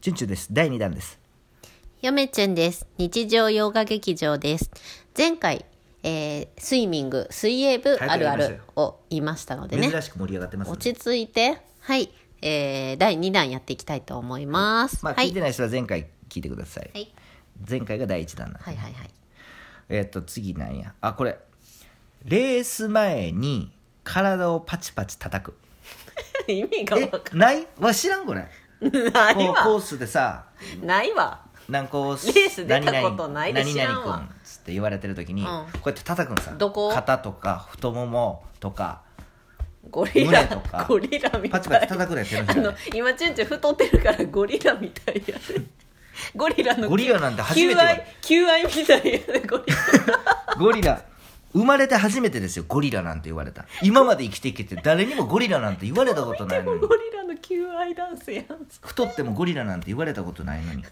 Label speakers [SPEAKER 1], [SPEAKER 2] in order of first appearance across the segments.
[SPEAKER 1] チュンチュンです。第2弾です。
[SPEAKER 2] ヨメチュンです。日常洋画劇場です。前回、えースイミング、水泳部あるあるを言いましたのでね、
[SPEAKER 1] 珍しく盛り上がってます、
[SPEAKER 2] 落ち着いて、はい、えー第2弾やっていきたいと思います。
[SPEAKER 1] まあ、
[SPEAKER 2] は
[SPEAKER 1] 聞
[SPEAKER 2] い
[SPEAKER 1] いて。ない人は前回聞いてください。
[SPEAKER 2] はい。
[SPEAKER 1] 前回が第1弾なんで
[SPEAKER 2] はいはいはい。
[SPEAKER 1] えっと、次なんや。あ、これ。レース前に体をパチパチ叩く。
[SPEAKER 2] 意味が
[SPEAKER 1] え
[SPEAKER 2] わか、
[SPEAKER 1] ないわ、知らんこれ。
[SPEAKER 2] んない
[SPEAKER 1] こうコー
[SPEAKER 2] わ。
[SPEAKER 1] スでさ、
[SPEAKER 2] ないわ。
[SPEAKER 1] なんかこう、
[SPEAKER 2] レース出たことないで
[SPEAKER 1] 何
[SPEAKER 2] 知らん
[SPEAKER 1] 々
[SPEAKER 2] わ
[SPEAKER 1] 何々くんっつって言われてるときに、
[SPEAKER 2] うん
[SPEAKER 1] こうやって叩くのさ。
[SPEAKER 2] どこ
[SPEAKER 1] 肩とか、太ももとか、
[SPEAKER 2] ゴリラ
[SPEAKER 1] 胸とか、
[SPEAKER 2] ゴリラみ
[SPEAKER 1] パ
[SPEAKER 2] たい
[SPEAKER 1] チパチ叩くのやってるんじ
[SPEAKER 2] あ
[SPEAKER 1] ゃな
[SPEAKER 2] の
[SPEAKER 1] い
[SPEAKER 2] 今チュンチュン太ってるからゴリラみたいやねゴリラの
[SPEAKER 1] ゴリラなんて初めて
[SPEAKER 2] 求愛求愛みたいやねゴリ
[SPEAKER 1] ゴリラ。生まれて初めてですよ、ゴリラなんて言われた。今まで生きてきて、誰にもゴリラなんて言われたことないの
[SPEAKER 2] ラ
[SPEAKER 1] に
[SPEAKER 2] ゴ。リラの求愛ダンスやん
[SPEAKER 1] 太ってもゴリラなんて言われたことないのに。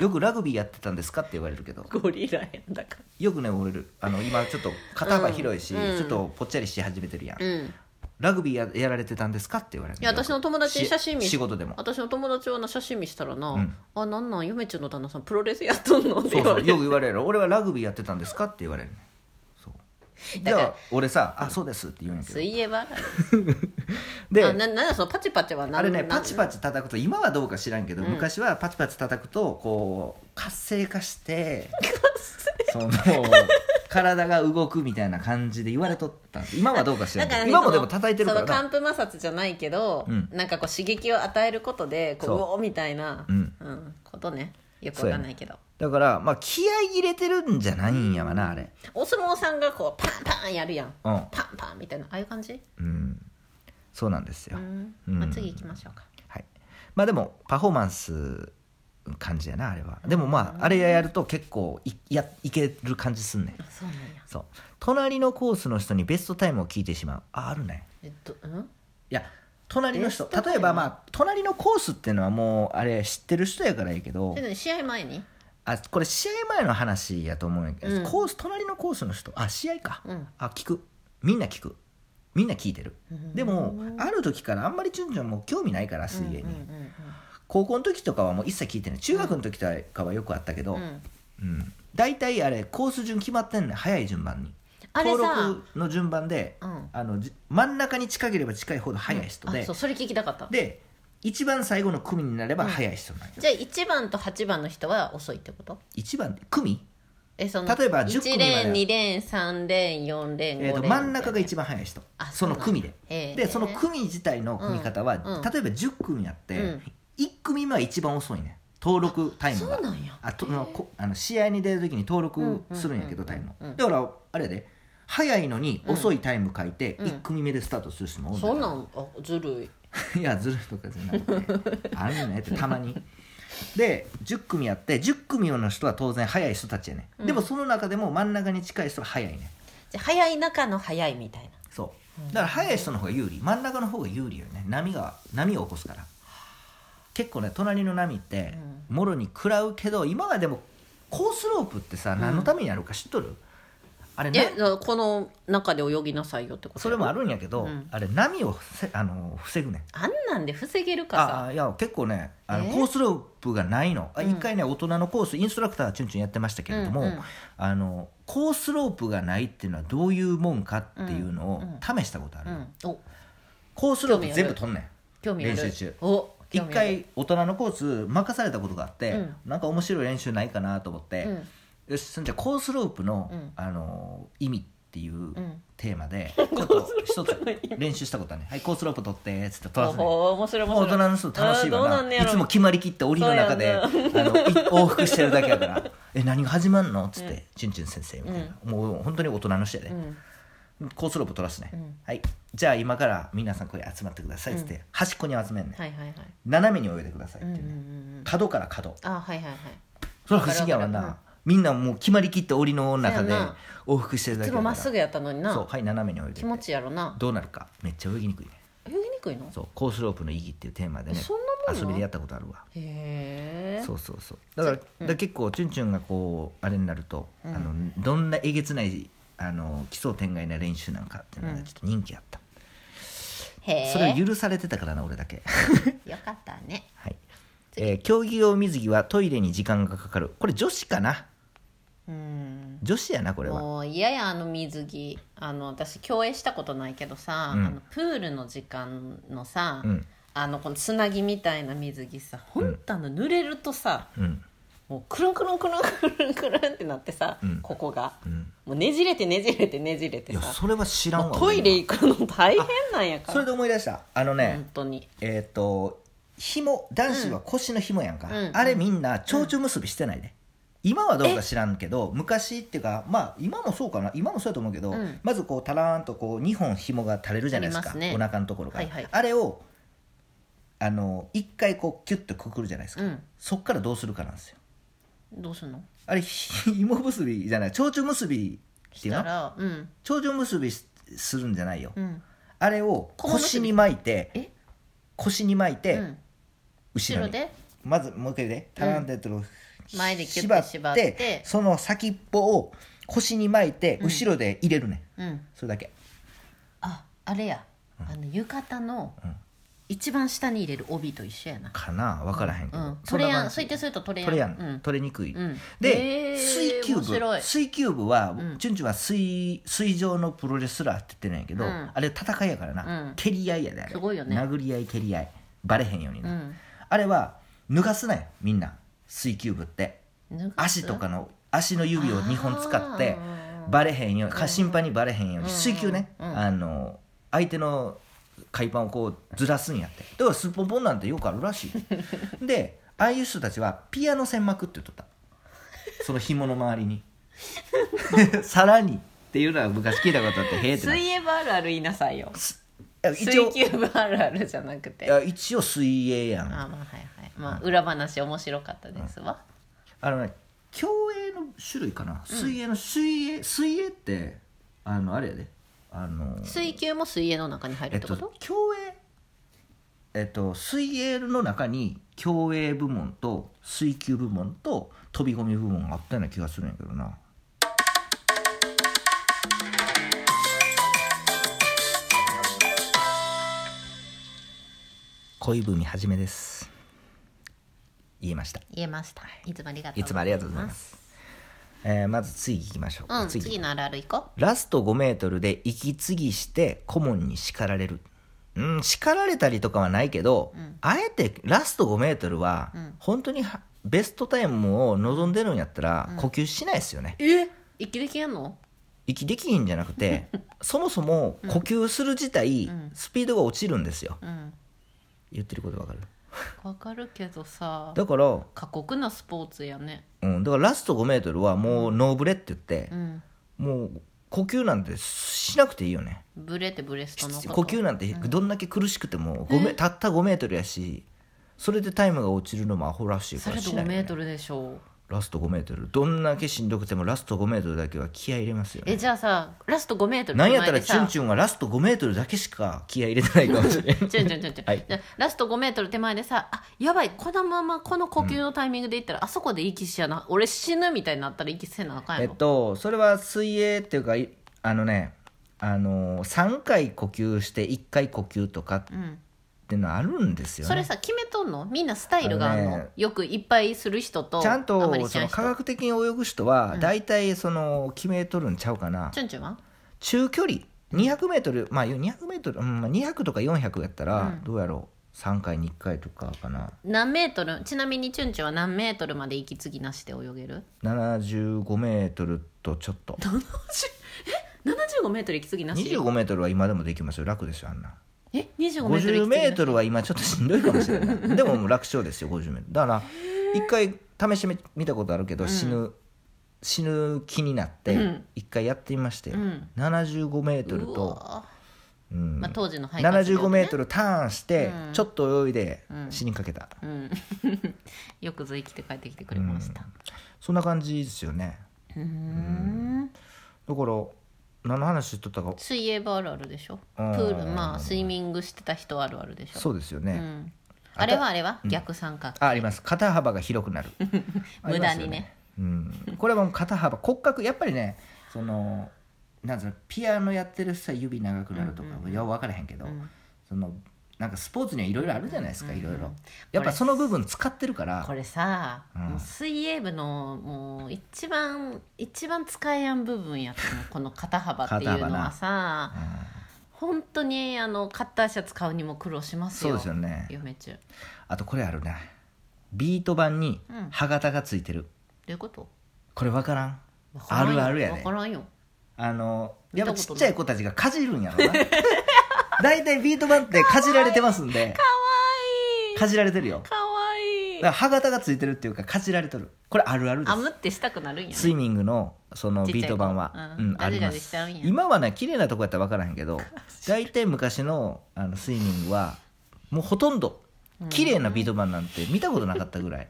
[SPEAKER 1] よくラグビーやってたんですかって言われるけど。
[SPEAKER 2] ゴリラやんだか
[SPEAKER 1] よくね、俺、あの、今ちょっと肩幅広いし、
[SPEAKER 2] うんうん
[SPEAKER 1] ちょっとぽっちゃりし始めてるやん。
[SPEAKER 2] らうん
[SPEAKER 1] ラグビーややられてたんですかって言われる
[SPEAKER 2] いや私の友達に写真見
[SPEAKER 1] し仕事でも。
[SPEAKER 2] 私の友達はな写真見したらな「
[SPEAKER 1] ん
[SPEAKER 2] あなんなんゆめちゃんの旦那さんプロレスやっとんの?」って
[SPEAKER 1] そ
[SPEAKER 2] 言
[SPEAKER 1] う
[SPEAKER 2] わ
[SPEAKER 1] そ
[SPEAKER 2] れ
[SPEAKER 1] う、
[SPEAKER 2] て
[SPEAKER 1] よく言われる。俺はラグビーやってたんですかって言われるね。そう。じ
[SPEAKER 2] だから
[SPEAKER 1] ゃあ、俺さ、あ、そうですって言うんやけど。
[SPEAKER 2] 水泳は
[SPEAKER 1] で、
[SPEAKER 2] あななんだそのパチパチは何
[SPEAKER 1] あれね
[SPEAKER 2] なん
[SPEAKER 1] パチパチ叩くと今はどうか知らんけど、昔はパチパチ叩くとこう活性化してその体が動くみたいな感じで言われとったんです今はどうか知らんけど
[SPEAKER 2] ね
[SPEAKER 1] 今も
[SPEAKER 2] そ
[SPEAKER 1] で
[SPEAKER 2] の
[SPEAKER 1] も叩いてるから
[SPEAKER 2] その
[SPEAKER 1] な
[SPEAKER 2] 乾布摩擦じゃないけど、
[SPEAKER 1] うん
[SPEAKER 2] なんかこう刺激を与えることでこう
[SPEAKER 1] そう
[SPEAKER 2] うおーみたいな、
[SPEAKER 1] うん
[SPEAKER 2] ことねよくわかんないけど、
[SPEAKER 1] だからまあ気合い入れてるんじゃないんやわなあれ
[SPEAKER 2] お相撲さんがこうパンパンやるやん
[SPEAKER 1] うん、
[SPEAKER 2] パンパンみたいなああいう感じ
[SPEAKER 1] うん、そうなんです
[SPEAKER 2] う
[SPEAKER 1] よ、
[SPEAKER 2] ん、
[SPEAKER 1] うん
[SPEAKER 2] まあ、次行きましょうか
[SPEAKER 1] はい、まあでもパフォーマンス感じやなあれはでもまああれやると結構いやいける感じすんねん
[SPEAKER 2] あそうなんや
[SPEAKER 1] そう隣のコースの人にベストタイムを聞いてしまうああるね
[SPEAKER 2] えっとうん
[SPEAKER 1] いや隣の人
[SPEAKER 2] ベストタイム
[SPEAKER 1] 例えばまあ隣のコースっていうのはもうあれ知ってる人やからやけど
[SPEAKER 2] でね試合前に
[SPEAKER 1] あこれ試合前の話やと思うんやけど、
[SPEAKER 2] うん
[SPEAKER 1] コース隣のコースの人あ試合か、
[SPEAKER 2] うん
[SPEAKER 1] あ聞くみんな聞くみんな聞いてる、
[SPEAKER 2] ん
[SPEAKER 1] でもある時からあんまりチュンチュンもう興味ないから水泳に、
[SPEAKER 2] うんうんうん
[SPEAKER 1] 高校の時とかはもう一切聞いてない中学の時とかはよくあったけど、
[SPEAKER 2] う
[SPEAKER 1] うん
[SPEAKER 2] うんん
[SPEAKER 1] 大体あれコース順決まってんねん早い順番に
[SPEAKER 2] あれさ
[SPEAKER 1] 登録の順番で、
[SPEAKER 2] うん
[SPEAKER 1] あのじ真ん中に近ければ近いほど早い人で、
[SPEAKER 2] あそうそれ聞きたかった
[SPEAKER 1] で一番最後の組になれば早い人なんよ、
[SPEAKER 2] じゃあ1番と8番の人は遅いってこと
[SPEAKER 1] 一番組、
[SPEAKER 2] えその
[SPEAKER 1] 例えば10
[SPEAKER 2] 1
[SPEAKER 1] 組まで
[SPEAKER 2] レーン2レーン3レーン4レーン5レ
[SPEAKER 1] え
[SPEAKER 2] ー
[SPEAKER 1] ー、
[SPEAKER 2] ン
[SPEAKER 1] と真ん中が一番早い人
[SPEAKER 2] あ
[SPEAKER 1] その組で、
[SPEAKER 2] そうなんやへー
[SPEAKER 1] でその組自体の組み方は、
[SPEAKER 2] うんうん
[SPEAKER 1] 例えば10組あって、
[SPEAKER 2] うん
[SPEAKER 1] 1組目は一番遅いね登録タイム
[SPEAKER 2] そう
[SPEAKER 1] が
[SPEAKER 2] なんや
[SPEAKER 1] あとのこあの試合に出る時に登録するんやけど
[SPEAKER 2] うんう
[SPEAKER 1] タ
[SPEAKER 2] んう
[SPEAKER 1] イ
[SPEAKER 2] んうん
[SPEAKER 1] ムをだからあれやで早いのに遅いタイム書いて
[SPEAKER 2] うん
[SPEAKER 1] 1組目でスタートする人も多いだ
[SPEAKER 2] そ
[SPEAKER 1] よ
[SPEAKER 2] んなんあずる い
[SPEAKER 1] いやずるいとかじゃなくてあるよねってたま にで10組やって10組の人は当然早い人たちやね、ん、でもその中でも真ん中に近い人は早いね
[SPEAKER 2] じゃあ早い中の早いみたいな
[SPEAKER 1] そうだから早い人の方が有利真ん中の方が有利よね波が波を起こすから結構ね隣の波ってもろに食らうけど今はでもコースロープってさ何のためにやるか知っとる、あれ
[SPEAKER 2] え
[SPEAKER 1] ね
[SPEAKER 2] だからこの中で泳ぎなさいよってこと
[SPEAKER 1] それもあ
[SPEAKER 2] る
[SPEAKER 1] るんやけど、
[SPEAKER 2] うん
[SPEAKER 1] あれ波をせあの防ぐねん
[SPEAKER 2] あんなんで防げるか
[SPEAKER 1] あ
[SPEAKER 2] さ
[SPEAKER 1] あいや結構ねあの
[SPEAKER 2] え
[SPEAKER 1] コースロープがないのあ
[SPEAKER 2] うん
[SPEAKER 1] 一回ね大人のコースインストラクターはチュンチュンやってましたけれども、
[SPEAKER 2] うんうん
[SPEAKER 1] あのコースロープがないっていうのはどういうもんかっていうのを
[SPEAKER 2] うんうん
[SPEAKER 1] 試したことあ
[SPEAKER 2] う
[SPEAKER 1] る、
[SPEAKER 2] んお
[SPEAKER 1] コースロープ全部取んねん
[SPEAKER 2] 興味ある
[SPEAKER 1] 練習中
[SPEAKER 2] お
[SPEAKER 1] 一
[SPEAKER 2] 興味ある
[SPEAKER 1] 回大人のコース任されたことがあって、
[SPEAKER 2] うん
[SPEAKER 1] なんか面白い練習ないかなと思って、
[SPEAKER 2] うん
[SPEAKER 1] よしじゃあコースロープの,、
[SPEAKER 2] うん
[SPEAKER 1] あの意味っていう、
[SPEAKER 2] ん
[SPEAKER 1] テーマ でちょっと一つ練習したことあるねはいコースロープ取ってっつって取らせて
[SPEAKER 2] おお面白い面
[SPEAKER 1] もう
[SPEAKER 2] 白
[SPEAKER 1] 大
[SPEAKER 2] い
[SPEAKER 1] 人の人楽しい
[SPEAKER 2] あーどう
[SPEAKER 1] わ
[SPEAKER 2] なん
[SPEAKER 1] な
[SPEAKER 2] ねや
[SPEAKER 1] い
[SPEAKER 2] ろ
[SPEAKER 1] つも決まりきった檻の中であ
[SPEAKER 2] そ
[SPEAKER 1] のい 往復してるだけやからえ何が始まんのっつって、チュンチュン先生みたいな、もう本当に大人の人やで、
[SPEAKER 2] ん
[SPEAKER 1] コースロープ取らすね、
[SPEAKER 2] ん
[SPEAKER 1] はいじゃあ今から皆さんこれ集まってくださいっつって、端っこに集めんね、
[SPEAKER 2] はいはいはい
[SPEAKER 1] 斜めに泳いでくださいっ
[SPEAKER 2] うん
[SPEAKER 1] て
[SPEAKER 2] うん
[SPEAKER 1] いう
[SPEAKER 2] う
[SPEAKER 1] ね、
[SPEAKER 2] ん
[SPEAKER 1] 角から角
[SPEAKER 2] あはいはいはい
[SPEAKER 1] それは不思議やわな、
[SPEAKER 2] わかるわ
[SPEAKER 1] みんなもう決まりきった檻の中
[SPEAKER 2] そ
[SPEAKER 1] で
[SPEAKER 2] うやな
[SPEAKER 1] 往復してるだ
[SPEAKER 2] い
[SPEAKER 1] けや
[SPEAKER 2] つ
[SPEAKER 1] か
[SPEAKER 2] もま
[SPEAKER 1] ら
[SPEAKER 2] っすぐやったのに
[SPEAKER 1] そう
[SPEAKER 2] な
[SPEAKER 1] はい斜めに泳いでて
[SPEAKER 2] 気持ちいいやろな
[SPEAKER 1] どうなるかめっちゃ泳ぎにくいね
[SPEAKER 2] 泳ぎにくいの
[SPEAKER 1] そうコースロープの意義っていうテーマでね
[SPEAKER 2] そんなもんな
[SPEAKER 1] 遊びでやったことあるわ
[SPEAKER 2] へえ
[SPEAKER 1] そうそうそうだから,、だから結構チュンチュンがこうあれになると、あのどんなえげつないあの奇想天外な練習なんかっていうのがちょっと人気あった、
[SPEAKER 2] へ
[SPEAKER 1] それ
[SPEAKER 2] え
[SPEAKER 1] を許されてたからな俺だけ
[SPEAKER 2] よかったね
[SPEAKER 1] はいえー競技用水着はトイレに時間がかかるこれ女子かな
[SPEAKER 2] うん
[SPEAKER 1] 女子やなこれは
[SPEAKER 2] もう嫌やあの水着あの私共演したことないけどさ、
[SPEAKER 1] うん
[SPEAKER 2] あのプールの時間のさ、
[SPEAKER 1] うん
[SPEAKER 2] あのこのつなぎみたいな水着さほんとあの濡れるとさ、
[SPEAKER 1] うん
[SPEAKER 2] もうクルンクルンクルンクルンクルンってなってさ、
[SPEAKER 1] うん
[SPEAKER 2] ここが
[SPEAKER 1] うん
[SPEAKER 2] もうねじれてねじれてねじれて
[SPEAKER 1] いや
[SPEAKER 2] さ
[SPEAKER 1] それは知らん
[SPEAKER 2] も
[SPEAKER 1] わ
[SPEAKER 2] うトイレ
[SPEAKER 1] 俺
[SPEAKER 2] 行くの大変なんやか
[SPEAKER 1] それ
[SPEAKER 2] ら
[SPEAKER 1] で思い出したあのね
[SPEAKER 2] 本当に
[SPEAKER 1] えっと紐男子は腰の紐やんか
[SPEAKER 2] うんうん
[SPEAKER 1] あれみんな蝶々結びしてないで今はどうか知らんけど昔っていうかまあ今もそうかな今もそうやと思うけど
[SPEAKER 2] うん
[SPEAKER 1] まずこうたらーんとこう2本紐が垂れるじゃないです
[SPEAKER 2] あ
[SPEAKER 1] か
[SPEAKER 2] りますね
[SPEAKER 1] お腹のところか
[SPEAKER 2] はいはい
[SPEAKER 1] らあれをあの一回こうキュッとくくるじゃないですか
[SPEAKER 2] うん
[SPEAKER 1] そっからどうするかなんですよ
[SPEAKER 2] どうすんの
[SPEAKER 1] あれ紐結びじゃない蝶々結びって
[SPEAKER 2] し
[SPEAKER 1] いう
[SPEAKER 2] た
[SPEAKER 1] の
[SPEAKER 2] らうん
[SPEAKER 1] 頂上結びしするんじゃないよ、
[SPEAKER 2] うん
[SPEAKER 1] あれを
[SPEAKER 2] 小結
[SPEAKER 1] 腰
[SPEAKER 2] び
[SPEAKER 1] に巻いて
[SPEAKER 2] え
[SPEAKER 1] 腰に巻いて、
[SPEAKER 2] うん
[SPEAKER 1] 後
[SPEAKER 2] 後
[SPEAKER 1] ろ
[SPEAKER 2] ろ
[SPEAKER 1] に
[SPEAKER 2] で
[SPEAKER 1] まずもう一回でタランテッドを
[SPEAKER 2] 前でキュッて縛って
[SPEAKER 1] その先っぽを腰に巻いて
[SPEAKER 2] ん
[SPEAKER 1] 後ろで入れるね、
[SPEAKER 2] うん
[SPEAKER 1] それだけ
[SPEAKER 2] ああれやあの浴衣の
[SPEAKER 1] うん
[SPEAKER 2] 一番下に入れる帯と一緒やな
[SPEAKER 1] かな分からへんけ
[SPEAKER 2] う
[SPEAKER 1] ど、
[SPEAKER 2] ん
[SPEAKER 1] そ
[SPEAKER 2] ト
[SPEAKER 1] んな
[SPEAKER 2] レヤ
[SPEAKER 1] 感
[SPEAKER 2] ン
[SPEAKER 1] じ
[SPEAKER 2] 推定するとトレヤン
[SPEAKER 1] 取れやん、
[SPEAKER 2] うん
[SPEAKER 1] 取れにくい、
[SPEAKER 2] うん
[SPEAKER 1] で、
[SPEAKER 2] へー
[SPEAKER 1] 水球部
[SPEAKER 2] 面白い
[SPEAKER 1] 水球部は、
[SPEAKER 2] ん
[SPEAKER 1] チュンチュンは水水上のプロレスラーって言ってるんやけど、
[SPEAKER 2] うん
[SPEAKER 1] あれ戦いやからな、
[SPEAKER 2] うん
[SPEAKER 1] 蹴り合いやであれ
[SPEAKER 2] すごいよね
[SPEAKER 1] 殴り合い蹴り合いバレへんように
[SPEAKER 2] う
[SPEAKER 1] な、
[SPEAKER 2] ん
[SPEAKER 1] あれは脱がすなよみんな水球部って
[SPEAKER 2] 脱がす
[SPEAKER 1] 足とかの足の指を2本使って
[SPEAKER 2] あー
[SPEAKER 1] バレへんようにか心配にバレへんように
[SPEAKER 2] うん
[SPEAKER 1] 水球ね、
[SPEAKER 2] うん
[SPEAKER 1] あの相手の海パンをこうずらすんやってだからすっぽんぽんなんてよくあるらしいでああいう人たちはピアノ線巻くって言っとったその紐の周りにさらにっていうのは昔聞いたことあってへえってな
[SPEAKER 2] 水泳部あるある言いなさいよ
[SPEAKER 1] 一応
[SPEAKER 2] 水球部あるあるじゃなくて
[SPEAKER 1] いや一応水泳やん
[SPEAKER 2] あまあはいはいまあ裏話面白かったですわ、
[SPEAKER 1] あのね競泳の種類かな水泳の水泳、水泳ってあのあれやであの
[SPEAKER 2] 水球も水泳の中に入る
[SPEAKER 1] え
[SPEAKER 2] っ
[SPEAKER 1] って
[SPEAKER 2] ことと、
[SPEAKER 1] 競泳えっと水泳の中に競泳部門と水球部門と飛び込み部門があったような気がするんやけどな恋文はじめです言えました
[SPEAKER 2] 言えましたいつもありがとう
[SPEAKER 1] いつもありがとうございます。えーまず次行きましょうか。
[SPEAKER 2] うん次のあるある行こ
[SPEAKER 1] ラスト5メートルで息継ぎして顧問に叱られる。うん、叱られたりとかはないけど、あえてラスト5メートルは、本当にはベストタイムを望んでるんやったら、呼吸しないですよね。
[SPEAKER 2] うえ息できやんの
[SPEAKER 1] 息できひんじゃなく て、そもそも呼吸する自体、スピードが落ちるんですよ。
[SPEAKER 2] うん
[SPEAKER 1] 言ってることわかる
[SPEAKER 2] わかるけどさ
[SPEAKER 1] だから、
[SPEAKER 2] 過酷なスポーツやね
[SPEAKER 1] うん、だからラスト5メートルはもうノーブレって言って
[SPEAKER 2] う、ん
[SPEAKER 1] もう呼吸なんてしなくていいよね
[SPEAKER 2] ブレてブレストのこと
[SPEAKER 1] 呼吸なんてどんだけ苦しくても、ごめたった5メートルやしそれでタイムが落ちるのもアホらしい
[SPEAKER 2] そ
[SPEAKER 1] から
[SPEAKER 2] れと
[SPEAKER 1] しない
[SPEAKER 2] 5
[SPEAKER 1] よね
[SPEAKER 2] メートルでしょう
[SPEAKER 1] ラスト5メートルどんだけしんどくてもラスト5メートルだけは気合い入れますよ
[SPEAKER 2] え
[SPEAKER 1] ね
[SPEAKER 2] じゃあさラスト5メートル
[SPEAKER 1] なんやったらチ
[SPEAKER 2] 手前
[SPEAKER 1] ュン
[SPEAKER 2] でさ
[SPEAKER 1] チュンはラスト5メートルだけしか気合い入れてないかもし れない
[SPEAKER 2] ちょんちょんちょんちょん
[SPEAKER 1] はい
[SPEAKER 2] じゃあラスト5メートル手前でさあやばいこのままこの呼吸のタイミングでいったら、あそこで息しやな俺死ぬみたいになったら息せなあか
[SPEAKER 1] え
[SPEAKER 2] んや
[SPEAKER 1] っ
[SPEAKER 2] ろ、
[SPEAKER 1] とそれは水泳っていうかいあのねあの3回呼吸して1回呼吸とかっ
[SPEAKER 2] うん、
[SPEAKER 1] ていうのはあるんですよね
[SPEAKER 2] それさ決めとんのみんなスタイルがあるの
[SPEAKER 1] あのね
[SPEAKER 2] よくいっぱいする人と
[SPEAKER 1] ちゃん
[SPEAKER 2] あまり
[SPEAKER 1] と
[SPEAKER 2] し
[SPEAKER 1] そ
[SPEAKER 2] な
[SPEAKER 1] の
[SPEAKER 2] い人
[SPEAKER 1] 科学的に泳ぐ人は大体その決めとるんちゃうかな、
[SPEAKER 2] チュンチュンは
[SPEAKER 1] 中距離 200m まあ 400m、うんまあ、200とか400やったらどうやろう、3回に1回とかかな
[SPEAKER 2] 何メートルちなみにチュンチュンは何メートルまで息継ぎなしで泳げる
[SPEAKER 1] 75m とちょっと
[SPEAKER 2] 75メートル息継ぎなし
[SPEAKER 1] 25m は今でもできますよ楽ですよあんな
[SPEAKER 2] え25メートル息継ぎなし
[SPEAKER 1] 50m は今ちょっとしんどいかもしれ ないでももう楽勝ですよ 50m だから一回試してみ見たことあるけど死ぬ、死ぬ気になって
[SPEAKER 2] うん
[SPEAKER 1] 一回やってみまして、
[SPEAKER 2] ん
[SPEAKER 1] 75m
[SPEAKER 2] う
[SPEAKER 1] と、
[SPEAKER 2] わ
[SPEAKER 1] うん
[SPEAKER 2] まあ、当時の肺活量
[SPEAKER 1] 75
[SPEAKER 2] と
[SPEAKER 1] メ
[SPEAKER 2] ね
[SPEAKER 1] ートルターンして、
[SPEAKER 2] うん
[SPEAKER 1] ちょっと泳いで死にかけた、
[SPEAKER 2] うん よくぞ生きて帰ってきてくれました
[SPEAKER 1] そんな感じですよね
[SPEAKER 2] うーん
[SPEAKER 1] だから何の話しとったか
[SPEAKER 2] 水泳部あるあるでしょプ
[SPEAKER 1] うん
[SPEAKER 2] ールまあスイミングしてた人あるあるでしょ
[SPEAKER 1] そうですよね、
[SPEAKER 2] うん、あれはあれは逆三角、
[SPEAKER 1] ああります肩幅が広くなる
[SPEAKER 2] 無駄
[SPEAKER 1] あり
[SPEAKER 2] にね
[SPEAKER 1] ますよねうん、これはもう肩幅骨格やっぱりねそのなんつうのピアノやってる人は指長くなるとか、いや分からへんけど、そのなんかスポーツにはいろいろあるじゃないですか、
[SPEAKER 2] うんうん
[SPEAKER 1] いろいろやっぱその部分使ってるから
[SPEAKER 2] これさ、
[SPEAKER 1] うん
[SPEAKER 2] もう水泳部のもう一番一番使えやん部分 やったのこの肩幅っていうのはさ
[SPEAKER 1] うん
[SPEAKER 2] 本当にあのカッターシャツ買うにも苦労します
[SPEAKER 1] そう
[SPEAKER 2] よ
[SPEAKER 1] ですよね
[SPEAKER 2] 嫁中ど
[SPEAKER 1] あとこれあるねビート板に
[SPEAKER 2] うん
[SPEAKER 1] 歯型がついてる、
[SPEAKER 2] ういうこと
[SPEAKER 1] これ分からん
[SPEAKER 2] わから
[SPEAKER 1] あ
[SPEAKER 2] んよ
[SPEAKER 1] るあるや
[SPEAKER 2] わ
[SPEAKER 1] ね
[SPEAKER 2] からんよ
[SPEAKER 1] あの
[SPEAKER 2] 見
[SPEAKER 1] やったぱ
[SPEAKER 2] ことない
[SPEAKER 1] ちっちゃい子たちがかじるんやろ な大体ビート板ってかじられてますんで
[SPEAKER 2] かわいい
[SPEAKER 1] かじられてるよ
[SPEAKER 2] かわい
[SPEAKER 1] だ
[SPEAKER 2] い
[SPEAKER 1] から歯型がついてるっていうかかじられてるこれあるあるで
[SPEAKER 2] あ
[SPEAKER 1] す
[SPEAKER 2] むってしたくなるんやね
[SPEAKER 1] スイミングのその
[SPEAKER 2] ちっちゃい
[SPEAKER 1] ビ
[SPEAKER 2] 子
[SPEAKER 1] ート板は、
[SPEAKER 2] うん
[SPEAKER 1] ありま
[SPEAKER 2] ガジガジし
[SPEAKER 1] す
[SPEAKER 2] ちゃうんや
[SPEAKER 1] 今はね綺麗なとこやったら分からへん けど大体昔のあのスイミングはもうほとんど綺麗なビート板なんて見たことなかったぐらい、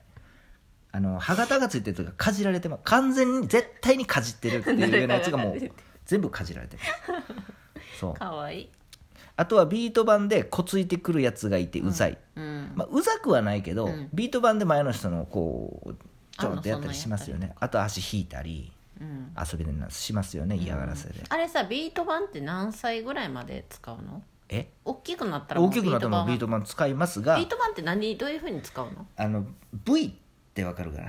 [SPEAKER 1] あの歯型がついてるというかかじられてます完全に絶対にかじってるっていうようなやつがもう全部かじられてますそう
[SPEAKER 2] かわいい
[SPEAKER 1] あとはビート板でこついてくるやつがいてうざい、
[SPEAKER 2] うん
[SPEAKER 1] まあ、うざくはないけど、
[SPEAKER 2] うん
[SPEAKER 1] ビート板で前の人のこうちょろっとやったり
[SPEAKER 2] あ
[SPEAKER 1] しますよねあと足引いたり
[SPEAKER 2] うん
[SPEAKER 1] 遊びでなしますよね嫌がらせで、
[SPEAKER 2] あれさビート板って何歳ぐらいまで使うの
[SPEAKER 1] え
[SPEAKER 2] 大きくなったらもう
[SPEAKER 1] 大きくなってもビート
[SPEAKER 2] 板は
[SPEAKER 1] 板使いますが
[SPEAKER 2] ビート板って何どういうふうに使うの
[SPEAKER 1] あの V ってわかるかな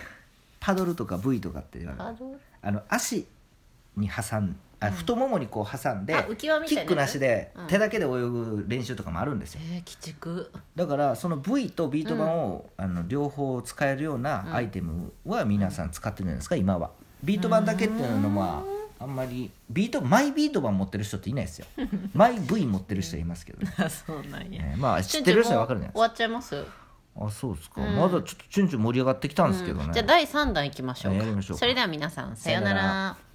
[SPEAKER 1] パドルとか V とかってわかるあの足に挟んあ太ももにこう挟んで、
[SPEAKER 2] あ浮き輪みたい
[SPEAKER 1] キ
[SPEAKER 2] なや
[SPEAKER 1] ッ
[SPEAKER 2] つ
[SPEAKER 1] クなしで
[SPEAKER 2] うん
[SPEAKER 1] 手だけで泳ぐ練習とかもあるんですよ、
[SPEAKER 2] えー、鬼畜
[SPEAKER 1] だからその V とビート板を、あの両方使えるようなアイテムは皆さん使ってるんじゃないですか今はビート板だけっていうのはあんまりビートマイビート板持ってる人っていない ですよマイ V 持ってる人いますけどね、
[SPEAKER 2] あ そうなんや
[SPEAKER 1] えーまあ知ってる人は分かるじゃないです
[SPEAKER 2] 終わっちゃいます
[SPEAKER 1] かあそうですか、
[SPEAKER 2] うん
[SPEAKER 1] まだちょっとチュンチュン盛り上がってきたんですけどね、
[SPEAKER 2] じゃあ第3弾いきましょうか
[SPEAKER 1] やりましょうか
[SPEAKER 2] それでは皆さんさよう
[SPEAKER 1] さよ
[SPEAKER 2] な
[SPEAKER 1] うな
[SPEAKER 2] ら